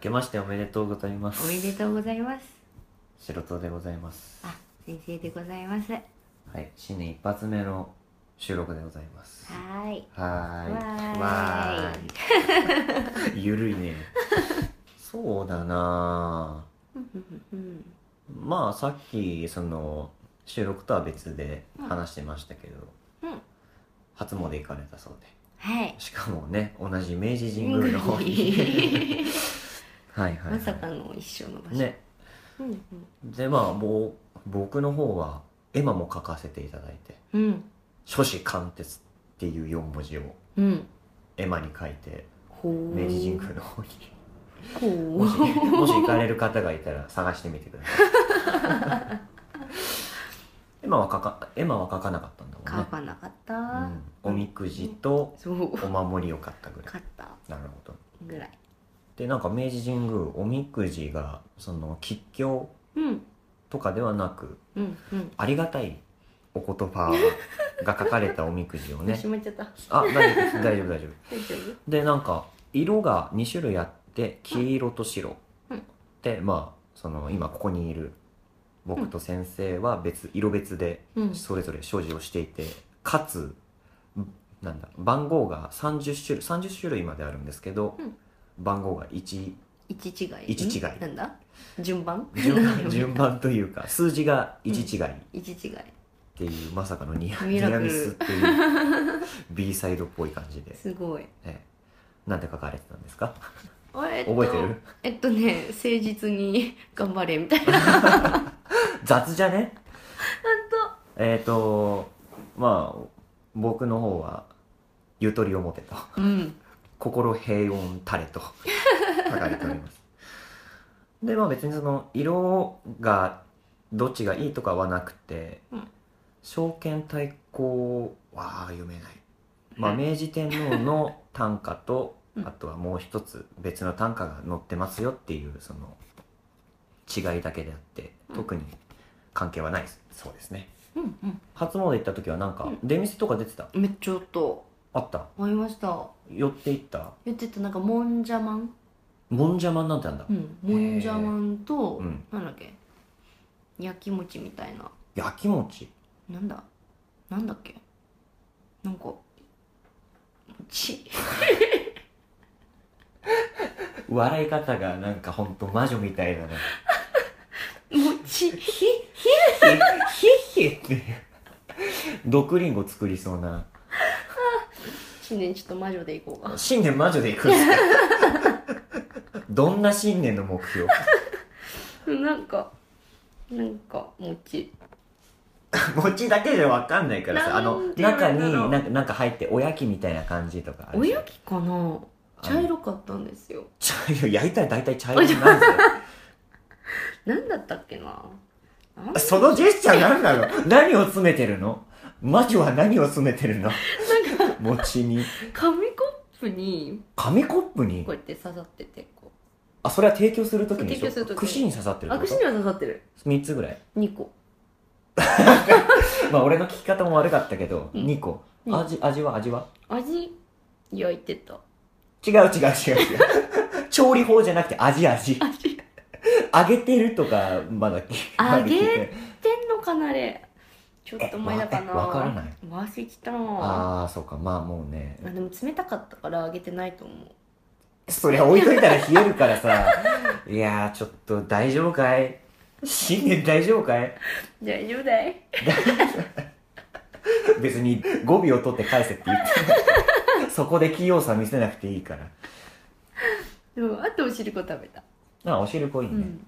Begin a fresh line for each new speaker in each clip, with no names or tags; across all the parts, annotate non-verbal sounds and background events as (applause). けましておめでとうございま
おめ
す
でとうございます
白戸でございます
あ先生でございますは
はい新年一発目の収録でございます
ーい
はーい
わ
わーい (laughs) ゆるいねそうだな
うんうんうん
あまあさっきその収録とは別で話してましたけど、
うんうん
初詣行かれたそうで
はい
しかもね同じ明治神宮の方
(laughs)
にはいはい、はい、
まさかの一緒の場所、
ね
うんうん
でまあぼう僕の方は絵馬も書かせていただいて
うん
「諸子貫徹」っていう4文字を
うん
絵馬に書いて
ほう
明治神宮の方に
ほう
もしもし行かれる方がいたら探してみてください
(laughs)
絵馬は書か絵馬は書かなかったんだもん
買
ね、
わなかった、
うん、おみくじと
そう
お守りを買ったぐらい
買った
なるほど
ぐらい
でなんか明治神宮おみくじがその吉祥
うん
とかではなく
うんうん
ありがたいお言葉が書かれたおみくじを
(laughs)
ね
しまっちゃった
あ大丈夫です大丈夫大丈夫
大丈夫
でなんか色が2種類あって黄色と白、
うん
でまあその今ここにいる僕と先生は別色別で
うん
それぞれ所持をしていてかつんなんだ番号が30種類30種類まであるんですけど、
うん
番号が1
一違い
一違い
んなんだ順番
順
なんだ
番
よ
順番という
(laughs)
か数字が1違い、
一違い
っていうまさかのニア
ミ
ニ
ラク
ア
ル
ミスっていう
(laughs)
B サイドっぽい感じで、
すごい
ええ、なんて書かれてたんですか
あえっと
覚えてる
えっとね誠実に頑張れみたいな
(laughs) 雑じゃねえっ、とまあ僕の方はゆとりを持てと
うん
心平穏たれと書かれておりますでまあ別にその色がどっちがいいとかはなくて、
うん
証券対抗は読めない、まあ、
うん
明治天皇の短歌と、
うん
あとはもう一つ別の短歌が載ってますよっていうその違いだけであって
うん
特に関係はないそうですね
うん
初詣行った時はなんか
うん
出店とか出てた
うんめっちゃおっと
あった
思いました
寄って行った
言ってたなんかもんじゃまん
もんじゃまんなんてあんだ、
うんもんじゃまんと、
うん
なんだっけ焼き餅みたいな
焼き餅
なんだなんだっけなんか餅 (laughs)
笑い方がなんかほんと魔女みたいなね
餅ひ
ヒッヒッって毒リンゴ作りそうな
新 (laughs) 年ちょっと魔女でいこうか
新年魔女でいくん
(laughs)
ですかどんな新年の目標
なんかなんか餅
餅だけじゃわかんないからさあの
なんて言うん
中
だろう
になんかなんか入っておやきみたいな感じとかある
お
し
やきかな
あの
茶色かったんですよ
茶色焼いたら大体茶色になるんですよ
(laughs) なんだったっけなあん
そのジェスチャー何なの何を詰めてるの魔女は何を詰めてるの餅に
紙コップに
紙コップに
こうやって刺さっててこ
あそれは提供するときに
提供する時に
串に刺さって
う
るって
あ
こと
串には刺さってる
3つぐらい
2個
まあ俺の聞き方も悪かったけど、
うん
2個
うん
味味は味は
味焼いてた
違う違う (laughs) 違う違う調理法じゃなくて味味
味
揚げてるとかまだ聞まだ聞いて
揚げてんのかなあれちょっと前だかな
えわえわからない
忘れてたなあ
ああそうかまあもうね
でも冷たかったから揚げてないと思う
そりゃ置いといたら冷えるからさ (laughs) いやーちょっと大丈夫かい新年 (laughs) 大丈夫かい
大丈夫だい
別に語尾を取って返せって言って (laughs) ないそこで器用さ見せなくていいから
でもあとお汁粉食べた
あお汁濃いうね、
ん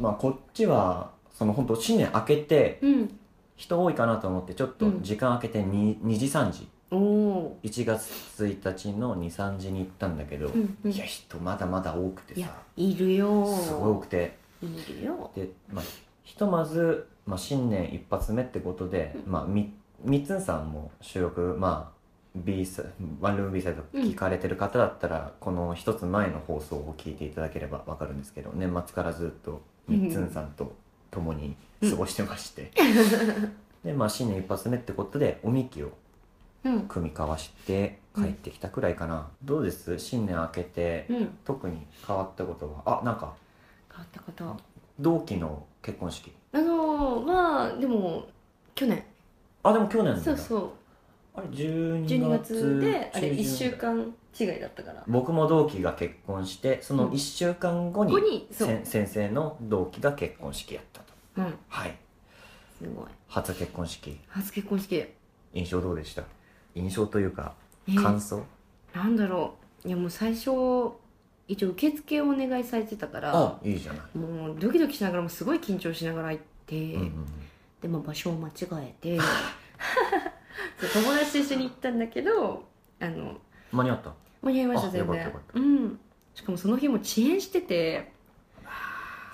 まあこっちはその本当新年明けて
うん
人多いかなと思ってちょっと時間空けて 2,、2時3時
おお
1月1日の23時に行ったんだけど、
ーうんうん
いや人まだまだ多くて
い
さ
やいるよー
すごい多くて
いるよ
で、まあ、ひとまず、まあ、新年一発目ってことで、
う
まあ、みみっつんさんも収録、まあ、B サワンルーム B サイド聞かれてる方だったら、この一つ前の放送を聞いていただければわかるんですけど年末からずっとみっつんさんと共に過ごしてまして、でまあ新年一発目ってことでおみきを
うん
組み交わして帰ってきたくらいかな、どうです新年明けて
うん変
特に変わったことはあなんか
わったこと
同期の結婚式
あのー、まあでも去年
あでも去年なんだ
そうそう
あれ12
12月であれ
中旬
1週間違いだったから
僕も同期が結婚してその
うん
1週間後
こ
に,
こ
せん、
にそう、
先生の同期が結婚式やったと
うん、
はい
すごい
初結婚式
初結婚式
印象どうでした印象というか
え
感想
なんだろういやもう最初一応受付をお願いされてたから
あいいじゃない、
もうドキドキしながらもすごい緊張しながら行って、
うんうん
でも場所を間違え
(laughs)
てそう友達と一緒に行ったんだけどあの
うん、間に合った
間に合いました
あ
全
よかった
然
よかった
うんしかもその日も遅延してて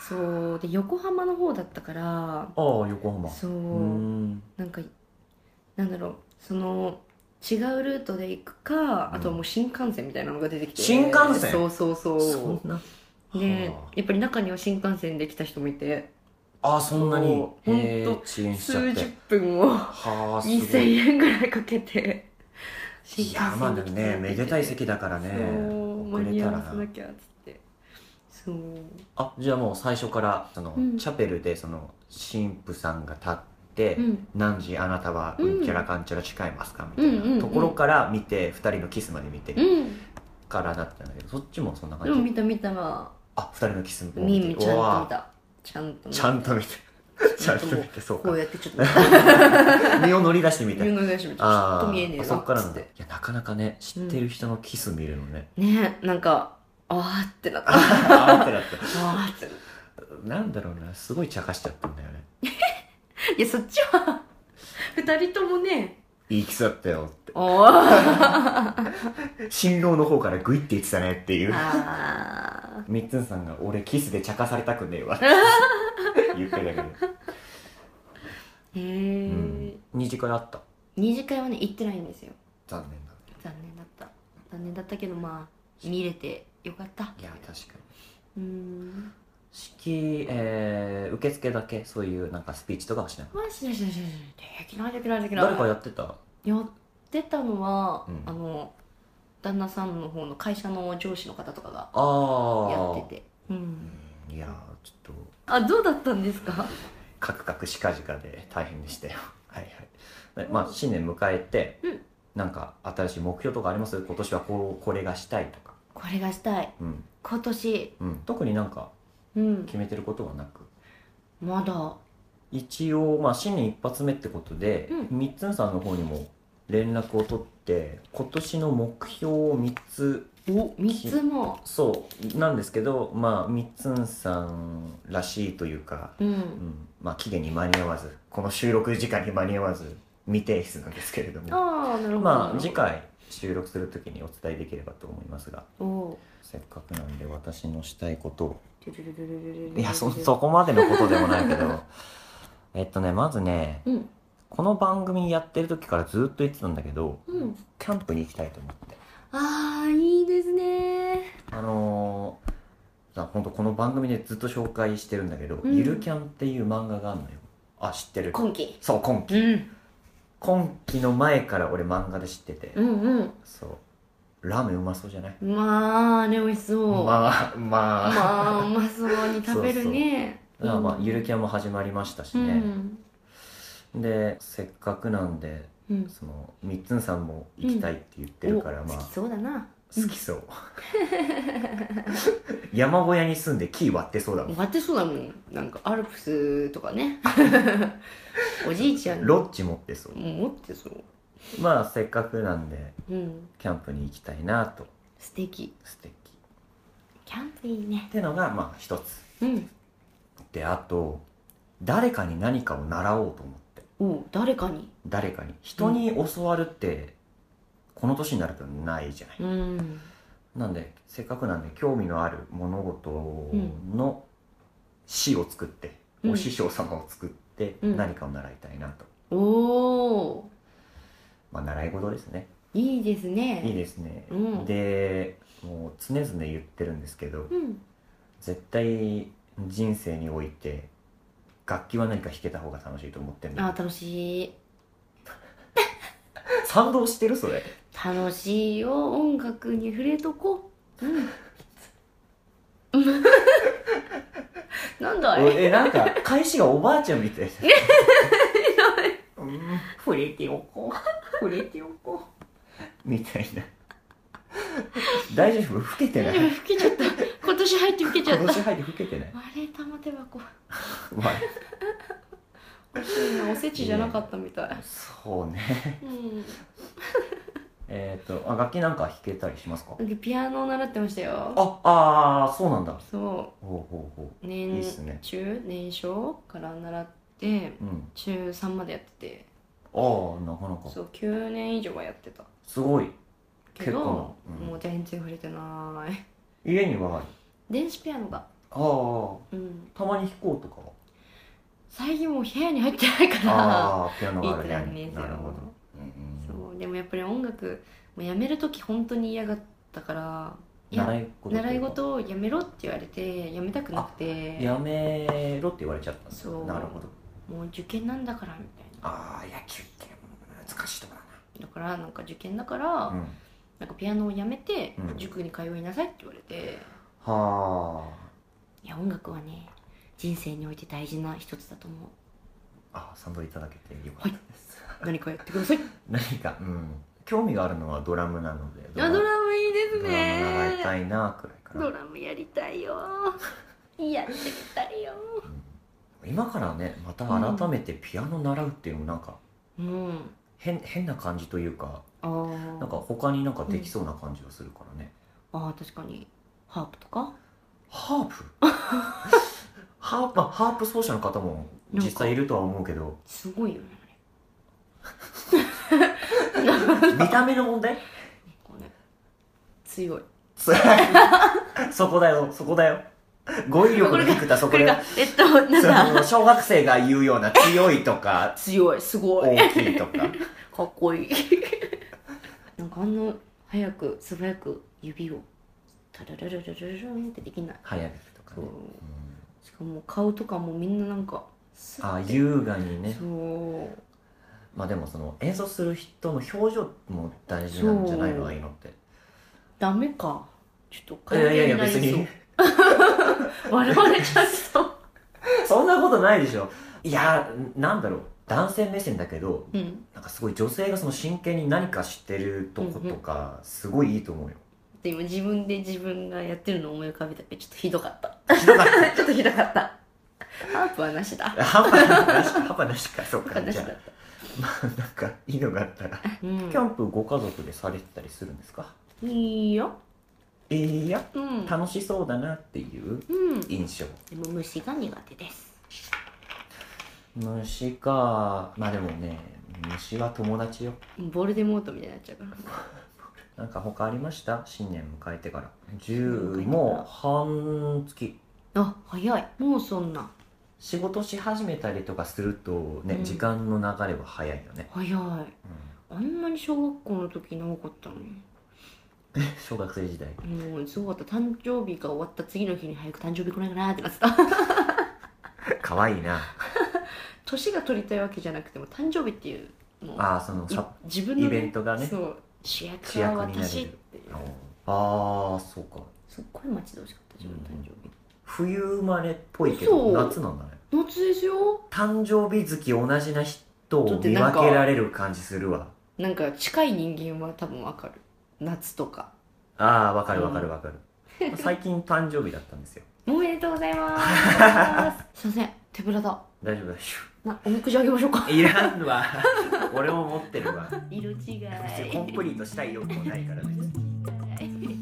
そうで横浜の方だったから
ああ横浜
そう
うーん
なんかなんだろうその違うルートで行くか、
うん
あとはもう新幹線みたいなのが出てきて
新幹線
そうそうそう
そんな
で
はあ
やっぱり中には新幹線で来た人もいて
ああそんなに
そうほんと
へー遅延しちゃ
数
っ
十
て
分を
はあすごい
2000円ぐらいかけて新
いやまあでもねめでたい席だからね
そう間
遅れ
に
た
合
ら
わせ
な
なきゃっつってそう
あじゃあもう最初からその、
うん
チャペルでその神父さんが立って、
うん
何時あなたは
うん
うんちゃらかんちゃら誓いますかみたい
うんうんうん
なところから見て、二2人のキスまで見て
うん
からだったんだけどそっちもそんな
でも
感じ
見た見たわ
あ二2人のキスも
み
見て
みちゃんと見
わあ
たちゃんと見た
ちゃんと
(laughs)
見てちゃんと見てそう
こ
か
うやってちょっ
(laughs)
と
身を乗り出してみた
見
い
逃してみたちょっ
あ
と
あ
見えね
ー
えな
あそっからなんだ
つ
い
て
やなかなかね知ってる人のキス見るのね、
ねなんかあーってなった
あーってなっ
あーってなった
なんだろうなすごい茶化しちゃったんだよね
たいやそっちは (laughs) 二人ともね
いいキスだったよって
あー
新郎の方からグイって言ってたねっていう
あ
みっつんさんが「俺キスで茶化されたくねえ
(laughs)
わ」って言ってたけど、う
ーへえ、
ん、二次会あった
二次会はね行ってないんですよ
残念だね
残念だった残念だったけどまあ見れてよかった
いや確かに
うーん
式、えー、受付だけそういうなんかスピーチとかはしない
まあしないしないしないしないできないできないできない
誰かやってた
やってたのは、
うん
あの旦那さんの方の会社の上司の方とかが
ああ
やっててうん
うんいやーちょっと
あどうだったんですか
カクカクしかじかで大変でしたよ (laughs) はいはいでまあ新年迎えて、
うん
なんか新しい目標とかあります今年はこうこれがしたいとか
これがしたい
うん、
今年
うん、特になんか
うん
決めてることはなく
まだ
一応、まあ、新年一発目ってことで、
う
みっつんさんの方にも連絡を取って今年の目標を3つ
お3つも
そうなんですけど、まあ、みっつんさんらしいというか、
う
うんんまあ、期限に間に合わずこの収録時間に間に合わず未定出なんですけれども
ああなるほど
まあ次回収録する時にお伝えできればと思いますが
おお
せっかくなんで私のしたいことを
ー
いやそそこまでのことでもないけど (laughs) えっとねまずね
うん
この番組やってる時からずっと言ってたんだけど
うん
キャンプに行きたいと思って
ああいいですね
あのー、さ本当この番組でずっと紹介してるんだけど「
うん
ゆるキャン」っていう漫画があるのよあ知ってる
今期
そう今
う
期
ん
今期の前から俺漫画で知ってて、
うんうん
そうラーメンうまそうじゃない
まあね美味しそうま
まあまあ
あうまそうに食べるね
だからまあ、ゆる
き
キャンも始まりましたし
う
ね、
ん
でせっかくなんで
うん
そのみっつんさんも行きたいって言ってるから、
お
ま
好
あ
きそうだな
好きそう山小屋に住んで木割ってそうだもん
終わってそうだもんなんかアルプスと
(laughs)
かねおじいちゃん
ロッジ持ってそう
もう持ってそう
まあせっかくなんで
うん
キャンプに行きたいなと
素敵
素敵っ
キャンプいいね
てのがまあ一つ
うん
であと誰かに何かを習おうと思って
お誰かに
誰かに人に教わるってこの年になるとないじゃない、
うん
なんでせっかくなんで興味のある物事の詩を作って、
うん
お師匠様を作って
うん
何かを習いたいなと、
おお
まあ習い事ですね
ーいいですね
いいですね、
うん
でもう常々言ってるんですけど
うん
絶対人生において楽器は何か弾けた方が楽しいと思ってるんで
あー楽しい
賛同してるそれ
楽しいよ音楽に触れとこううんなんだい
えなんか返しがおばあちゃんみた (laughs) いなうん触れておこう触れておこうみたいな大丈夫老けて
大
ない
丈夫老けちゃった今年入って老けちゃ
今
った
年入って老けてない
あれ玉手箱
まあ
欲しいなおせちじゃなかったみたい、
そうね
う
えっ、とあ楽器なんか弾けたりしますか
ん、ピアノを習ってましたよ
ああーそうなんだ
そ
ほうほうほ
う
う
年
いいっすね
中年少から習って
うん
中3までやってて
ああなかなか
そう9年以上はやってた
すごい
け
結
ど
構なうん
もう全然触れてない (laughs)
家にはある
電子ピアノが
ああ
うん
たまに弾こうとかは
最近もう部屋に入ってない (laughs) から
ああピアノがある
いいってなり
ね
ますよ
なるほど、うんうん、
そうでもやっぱり音楽もうやめる時本当に嫌がったからいや
習い事というか
習い事をやめろって言われてやめたくなくて
やめろって言われちゃったんだ
そう
なるほど
もう受験なんだからみたいな
ああ野球って難しいとこだ
だからなんか受験だから、
な、うん、
なんかピアノをやめて
うん
塾に通いなさいって言われて、
は
いや音楽はね人生において大事な一つだと思
ああ賛同いただけてよかったです、
う何かやってください
(laughs) 何かうん興味があるのはドラムなので
あドラムいいです
ドラム習い
ね
たいなくらいか
ド
な
ラムやりたいよやってみたいよ
今からねまた改めてピアノ習うっていうのもなんか
うん
変変な感じというか
あー
なんか他になんかできそうな感じがするからね、
あー確かにハープとか
ハー
(laughs)
プハープ、まあ、ハープ奏者の方も実際いるとは思うけど、
すごいよね
(laughs) 見た目の問題
これ強い
つそこだよ、そこだよ。語彙力の低さ、そ
こ
こで
れかえっとなんだ
小学生が言うような強いと
(laughs)
か、
強いすごい
大きいとか。
かっこい (laughs) いなんかあんな早く素早く指をタラララララランってできない
早いとか
そう
ね。
しかも顔とかもみんななんかス
うん
ッ
あ
て
優雅にね
そ。う
まあでもその演奏する人の表情も大事なんじゃない
そう
のああいうのって。
ダメかちょっと
いやいやいや別
関係な
に
い。そう笑われちゃ
(laughs)
いそう
そんなことないでしょ。いや、なんだろう。男性目線だけど、
うん
なんかすごい女性がその真剣に何かしてるとことかすごいいいと思うよ。
で今自分で自分がやってるのを思い浮かべたけどちょっとひどかった
ひどかっ
ちょっとひどかったハープはなしだ (laughs)
た。ハパなし、ハパなしか、そう
ハープは
か。
なし
じ
だ
ゃ
った
あ、まあなんかいいのがあったら。
うん
キャンプご家族でされてたりするんですか
いいよ
いや、
うん
楽しそうだなっていう
うんで
印象。
も虫が苦手です
虫か、まあでもね、虫は友達よ。
ボルデモートみたいになっちゃうか
な
ら
んか他ありました新年迎えてから。10、もう半月。
あ早いもうそんな
仕事し始めたりとかするとね、
うん
時間の流れは早いよね、
早いあんなに小学校の時長かったのに
(laughs) 小学生時代
もうすごかった誕生日が終わった次の日に早く誕生日来ないかなってなってた
かわいいな
年が取りたいわけじゃなくても誕生日っていうの
(laughs)
を
ああその
い
さ
自分の、
イベントがね
そう主
主
役は
役にな
私
れ
っ
る
ていう
ああそうか
すっごい待ち遠しかった自分の誕生
冬生まれっぽいけど
嘘
夏なんだね
日、夏ですよ
誕生日月同じな人
だ
を
って
見
なんか
分けられる感じするわ
なんか近い人間は多分わかる夏とか
ああわかるわかるわかる、まあ最近誕生日だったんですよ
おめでとうございます (laughs) すいません手ぶらだ
大丈夫だし
なおみくじあげましょう
(laughs)
か
いらんわ (laughs) 俺も持ってるわ
色違い
(laughs) 別にコンプリートしたい欲もないからね
色違い